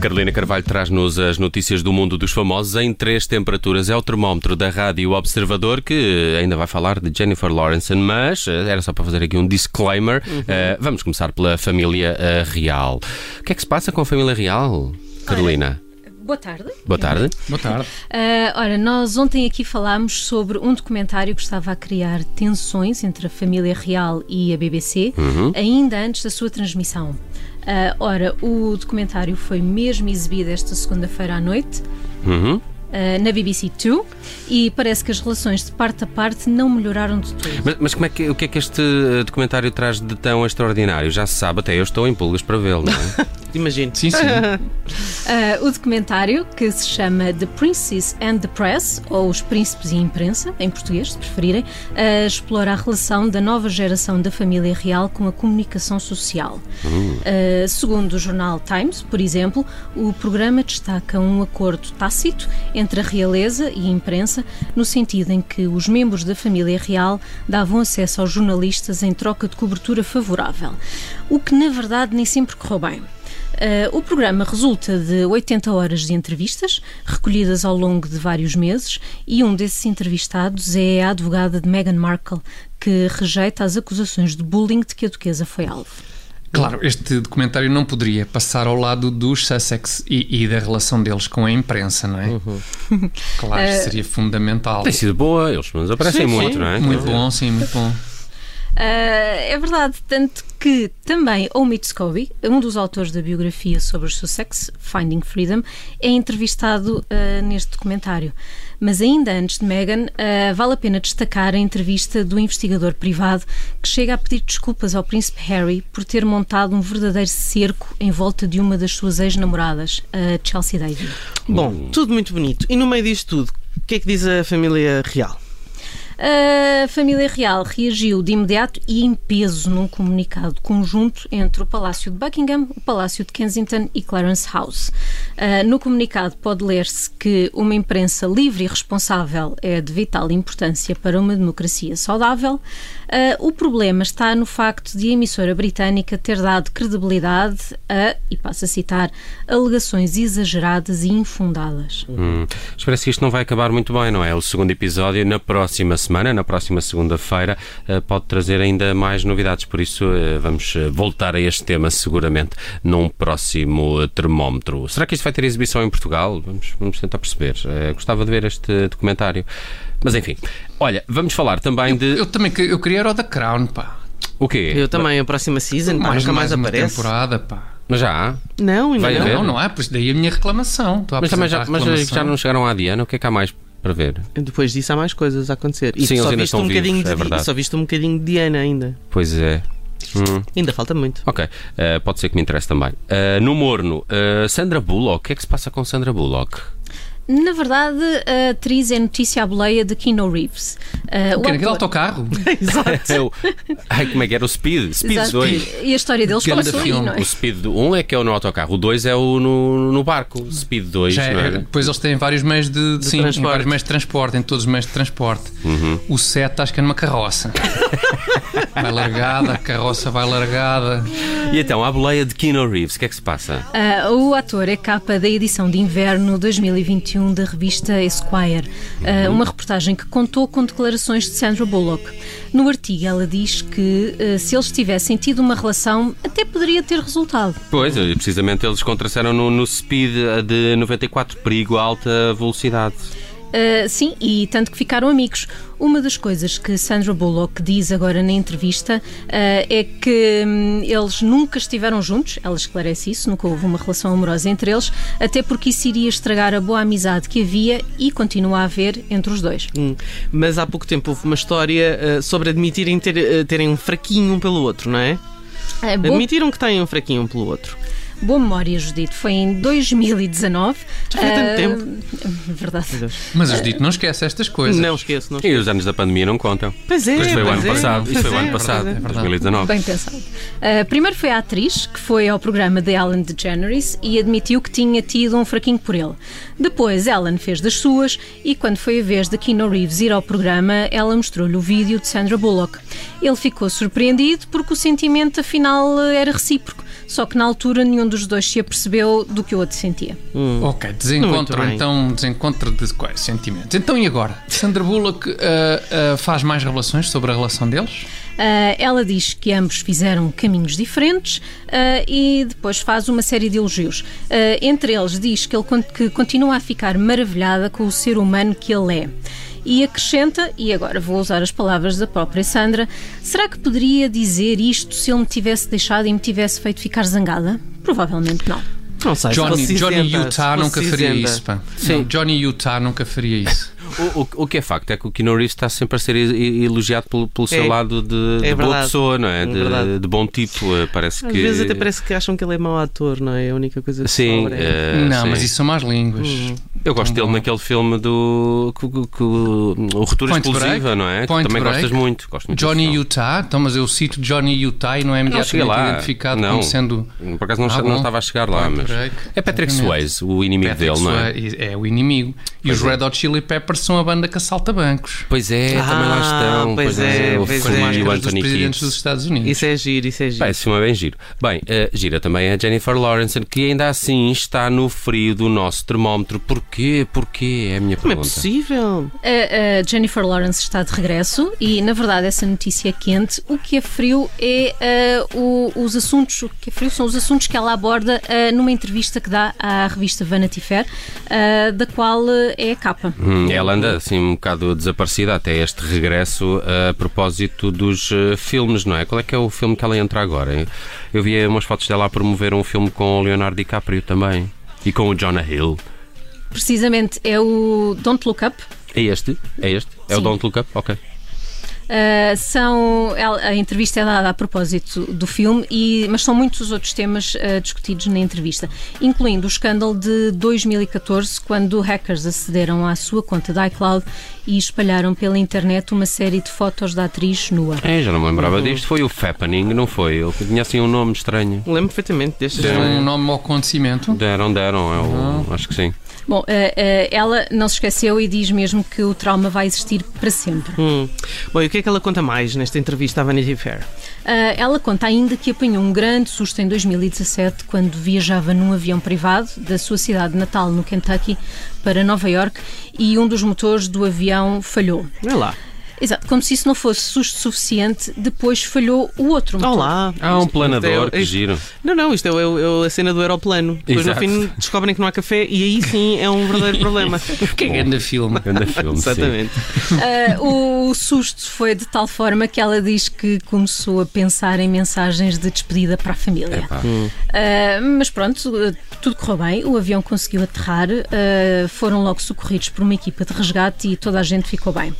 Carolina Carvalho traz-nos as notícias do mundo dos famosos em três temperaturas. É o termómetro da Rádio Observador que eh, ainda vai falar de Jennifer Lawrence, mas eh, era só para fazer aqui um disclaimer. Eh, vamos começar pela família eh, real. O que é que se passa com a família real, Carolina? Boa tarde. Boa tarde. Boa tarde. Ah, ora, nós ontem aqui falámos sobre um documentário que estava a criar tensões entre a família real e a BBC, ainda antes da sua transmissão. Ah, ora, o documentário foi mesmo exibido esta segunda-feira à noite. ah, na BBC Two e parece que as relações de parte a parte não melhoraram de todo. Mas, mas como é que, o que é que este eh, documentário traz de tão extraordinário? Já se sabe, até eu estou em pulgas para vê-lo, não é? Imagino. Sim, sim. Ah, o documentário, que se chama The Princess and the Press, ou Os Príncipes e a Imprensa, em português, se preferirem, ah, explora a relação da nova geração da família real com a comunicação social. Ah, segundo o jornal Times, por exemplo, o programa destaca um acordo tácito entre a realeza e a imprensa, no sentido em que os membros da família real davam acesso aos jornalistas em troca de cobertura favorável, o que na verdade nem sempre correu bem. Uh, o programa resulta de 80 horas de entrevistas, recolhidas ao longo de vários meses, e um desses entrevistados é a advogada de Meghan Markle, que rejeita as acusações de bullying de que a duquesa foi alvo. Claro, este documentário não poderia passar ao lado dos Sussex e, e da relação deles com a imprensa, não é? Claro, seria fundamental. Uhum. Eh, Tem sido boa, eles nos aparecem Sim, sim. muito, não é? Muito bom, sim, muito bom. Uh, é verdade, tanto que também Omid Scobie, um dos autores da biografia sobre os Sussex, Finding Freedom, é entrevistado uh, neste documentário. Mas ainda antes de Meghan, uh, vale a pena destacar a entrevista do investigador privado que chega a pedir desculpas ao príncipe Harry por ter montado um verdadeiro cerco em volta de uma das suas ex-namoradas, a Chelsea Davy. Bom, tudo muito bonito. E no meio disto tudo, o que é que diz a família real? A família real reagiu de imediato e em peso num comunicado conjunto entre o Palácio de Buckingham, o Palácio de Kensington e Clarence House. Ah, no comunicado pode ler-se que uma imprensa livre e responsável é de vital importância para uma democracia saudável. Ah, o problema está no facto de a emissora britânica ter dado credibilidade a, e passo a citar, alegações exageradas e infundadas. Hum. Mas parece que isto não vai acabar muito bem, não é? O segundo episódio, na próxima semana, na próxima segunda-feira, eh, pode trazer ainda mais novidades. Por isso, eh, vamos eh, voltar a este tema seguramente num próximo eh, termómetro. Será que isto vai ter exibição em Portugal? Vamos, vamos tentar perceber. Eh, Gostava de ver este documentário. Mas enfim, olha, vamos falar também de. Eu também que- eu queria era o da Crown, pá. O quê? Eu também, a próxima season, Então, pá, nunca mais, uma aparece. temporada, pá. Mas já há. Não, ainda Vai não. haver? Não, não há, pois daí a minha reclamação. Estou a Mas também já, apresentar a mas reclamação. já não chegaram à Diana. O que é que há mais para ver? Depois disso há mais coisas a acontecer. E Sim, tu eles só ainda viste estão um vivos, bocadinho é de, verdade. e só viste um bocadinho de Diana ainda. Pois é. Hum. Ainda falta muito. Ok, eh, pode ser que me interesse também. Eh, no Morno, eh, Sandra Bullock, o que é que se passa com Sandra Bullock? Na verdade, a atriz é notícia à boleia de Keanu Reeves. Ah, O quê? Naquele ator- autocarro? Exato. É o- Ai, como é que era o Speed? Speed Exato. 2. E a história deles Ganda começou aí, filme. não é? O Speed 1 é que é o no autocarro, o 2 é o no, no barco. Speed 2, Já não é, é? depois eles têm vários meios de, sim, transporte. vários meios de transporte, em todos os meios de transporte. Uhum. O 7 acho que é numa carroça. vai largada, a carroça vai largada. E então, a boleia de Keanu Reeves, o que é que se passa? Ah, o ator é capa da edição de inverno 2021 da revista Esquire, Ah, Uhum. uma reportagem que contou com declarações de Sandra Bullock. No artigo, ela diz que ah, se eles tivessem tido uma relação, até poderia ter resultado. Pois, eh, precisamente eles contraceram no, no Speed eh, de 94, perigo a alta velocidade. Uh, sim, e tanto que ficaram amigos. Uma das coisas que Sandra Bullock diz agora na entrevista uh, é que hum, eles nunca estiveram juntos, ela esclarece isso, nunca houve uma relação amorosa entre eles, até porque isso iria estragar a boa amizade que havia e continua a haver entre os dois. Hum. Mas há pouco tempo houve uma história ah, sobre admitirem eh, ter, ah, terem um fraquinho um pelo outro, não é? É, bom, Admitiram que têm um fraquinho um pelo outro. Boa memória, Judite. Foi em 2019. Já foi tanto tempo. Ah, Verdade. Mas o Judito não esquece estas coisas. Não esqueço, não E esqueço. os anos da pandemia não contam. Pois é, é. Pois foi o pois ano é, passado. Isso pois foi o é, ano pois passado, é. 2019. Bem pensado. Uh, primeiro foi a atriz, que foi ao programa de Ellen DeGeneres e admitiu que tinha tido um fraquinho por ele. Depois, Ellen fez das suas e, quando foi a vez de Keanu Reeves ir ao programa, ela mostrou-lhe o vídeo de Sandra Bullock. Ele ficou surpreendido porque o sentimento, afinal, era recíproco. Só que na altura nenhum dos dois se apercebeu do que o outro sentia. Ok, Muito desencontro, bem. então, desencontro de quais sentimentos. Então e agora? Sandra Bullock ah, ah, faz mais revelações sobre a relação deles? Ah, ela diz que ambos fizeram caminhos diferentes ah, e depois faz uma série de elogios. Ah, entre eles, diz que ele con- que continua a ficar maravilhada com o ser humano que ele é. E acrescenta, e agora vou usar as palavras da própria Sandra: será que poderia dizer isto se ele me tivesse deixado e me tivesse feito ficar zangada? Provavelmente não. é. Não sei, Ah, se Johnny, fosse Johnny isenta, Utah se fosse nunca faria isenta. isso, pá. Não, Sim. Johnny Utah nunca faria isso. O, o- o que é facto é que o Keanu Reeves está sempre a ser e- e- elogiado pelo, pelo seu É. lado de, de É boa verdade. pessoa, não é? É De, verdade. de bom tipo. eh, Parece Às que. vezes até parece que acham que ele é mau ator, não é? É a única coisa que Sim, sobra. eh, não, sim. mas isso são más línguas. Hum. Eu gosto dele naquele filme do. que- que- que o o Ruptura Point Explosiva, Break. não é? Point que também Break. gostas muito. Gosto muito Johnny desse Utah, então, mas eu cito Johnny Utah e não é cheguei imediatamente lá. identificado Não. como sendo. filme. Por acaso não, Ah, che- bom. não estava a chegar lá, Point mas. Break. É Patrick Exatamente. Swayze, o inimigo Patrick dele, não é? Swayze É o inimigo. E os Red Hot Chili Peppers são a banda que assalta bancos. Pois é, Ah, também lá estão. pois é, o pois Flea e é. o Máscaras um dos Anthony presidentes Kidd. dos Estados Unidos. Isso é giro, isso é giro. Pá, esse filme é bem giro. Bem, eh, gira também a Jennifer Lawrence, que ainda assim está no frio do nosso termómetro. Porquê? Porquê? É a minha Como é pergunta. possível? A, a Jennifer Lawrence está de regresso e, na verdade, essa notícia é quente. O que é frio é ah, o- os assuntos. O que é frio são os assuntos que ela aborda ah, numa entrevista que dá à revista Vanity Fair, ah, da qual ah, é a capa. Hum, Ela anda assim um bocado desaparecida até este regresso eh, a propósito dos eh, filmes, não é? Qual é que é o filme que ela entra agora? Eu- Eu vi umas fotos dela a promover um filme com o Leonardo DiCaprio também e com o Jonah Hill. Precisamente é o Don't Look Up. É este? É este? É o Sim. Don't Look Up? Ok. Ah, são ela- a entrevista é dada a propósito do filme, e, mas são muitos os outros temas ah, discutidos na entrevista, incluindo o escândalo de 2014, quando hackers acederam à sua conta da iCloud e espalharam pela internet uma série de fotos da atriz nua. É, já não me lembrava Uhum. disto. Foi o Fappening, não foi? Ele tinha assim um nome estranho. Lembro perfeitamente deste. Isto é um nome ao acontecimento. Deram, deram, eu, Uhum. acho que sim. Bom, ah, ah, ela não se esqueceu e diz mesmo que o trauma vai existir para sempre. Hum. Bom, e o que é que ela conta mais nesta entrevista à Vanity Fair? Ah, ela conta ainda que apanhou um grande susto em 2017 quando viajava num avião privado da sua cidade natal, no Kentucky, para Nova York e um dos motores do avião falhou. Olha lá. Exato, como se isso não fosse susto suficiente, depois falhou o outro motor. Olá. Ah, um Isto- isto planador, é- que isto- giro. Não, não, isto é, o- é o- a cena do aeroplano. Depois Exato. no fim descobrem que não há café e aí sim é um verdadeiro problema. Que grande filme. Grande filme, sim. Exatamente. Ah, o susto foi de tal forma que ela diz que começou a pensar em mensagens de despedida para a família. Epá. Ah, mas pronto, ah, tudo correu bem, o avião conseguiu aterrar, ah, foram logo socorridos por uma equipa de resgate e toda a gente ficou bem.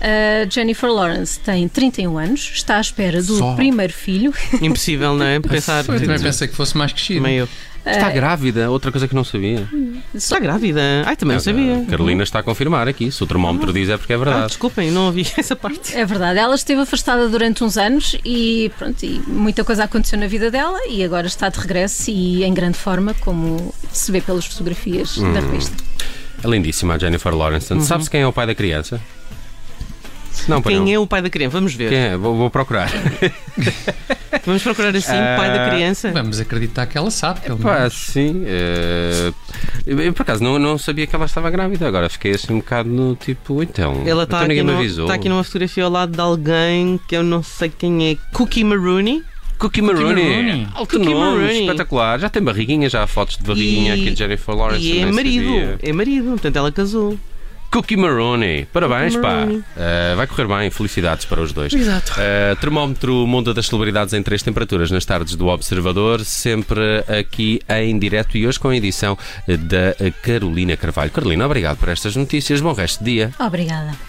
Ah, Jennifer Lawrence tem 31 anos, está à espera do Só? primeiro filho. Impossível, não é? Pensar. Eu também pensei que fosse mais crescido. é. Meio. Ah, É. Está grávida, outra coisa que não sabia. Está grávida. Ai, também não sabia. Ah, Carolina está a confirmar aqui. Se o termómetro diz é porque é Ah, verdade. desculpem, não ouvi essa parte. É verdade, ela esteve afastada durante uns anos e pronto, e muita coisa aconteceu na vida dela e agora está de regresso e em grande forma, como se vê pelas fotografias da revista. Ah, É lindíssima a Jennifer Lawrence. Uhum. Sabes quem é o pai da criança? Não, para Quem é o pai da criança? Vamos Quem ver. é? Vou, vou procurar. Vamos procurar assim, pai Ah, da criança. Vamos acreditar que ela sabe, pelo menos. Pá, sim. eh, eu, eu, por acaso não, não sabia que ela estava grávida. Agora fiquei assim um bocado no tipo, então. então Ela está aqui, ninguém me no- avisou. tá aqui numa fotografia ao lado de alguém que eu não sei quem é. Cookie Maroney. Cookie Maroney. Maroney. Alto Cookie nome, Maroney. espetacular. Já tem barriguinha, já há fotos de barriguinha E- aqui de Jennifer Lawrence. E é nem marido. sabia. É marido. Portanto, ela casou. Cookie Maroney. Parabéns, Cookie pá. Maroney. Eh, vai correr bem. Felicidades para os dois. Exato. Uh, termómetro Mundo das Celebridades em três temperaturas nas tardes do Observador, sempre aqui em direto e hoje com a edição da Carolina Carvalho. Carolina, obrigado por estas notícias. Bom resto de dia. Obrigada.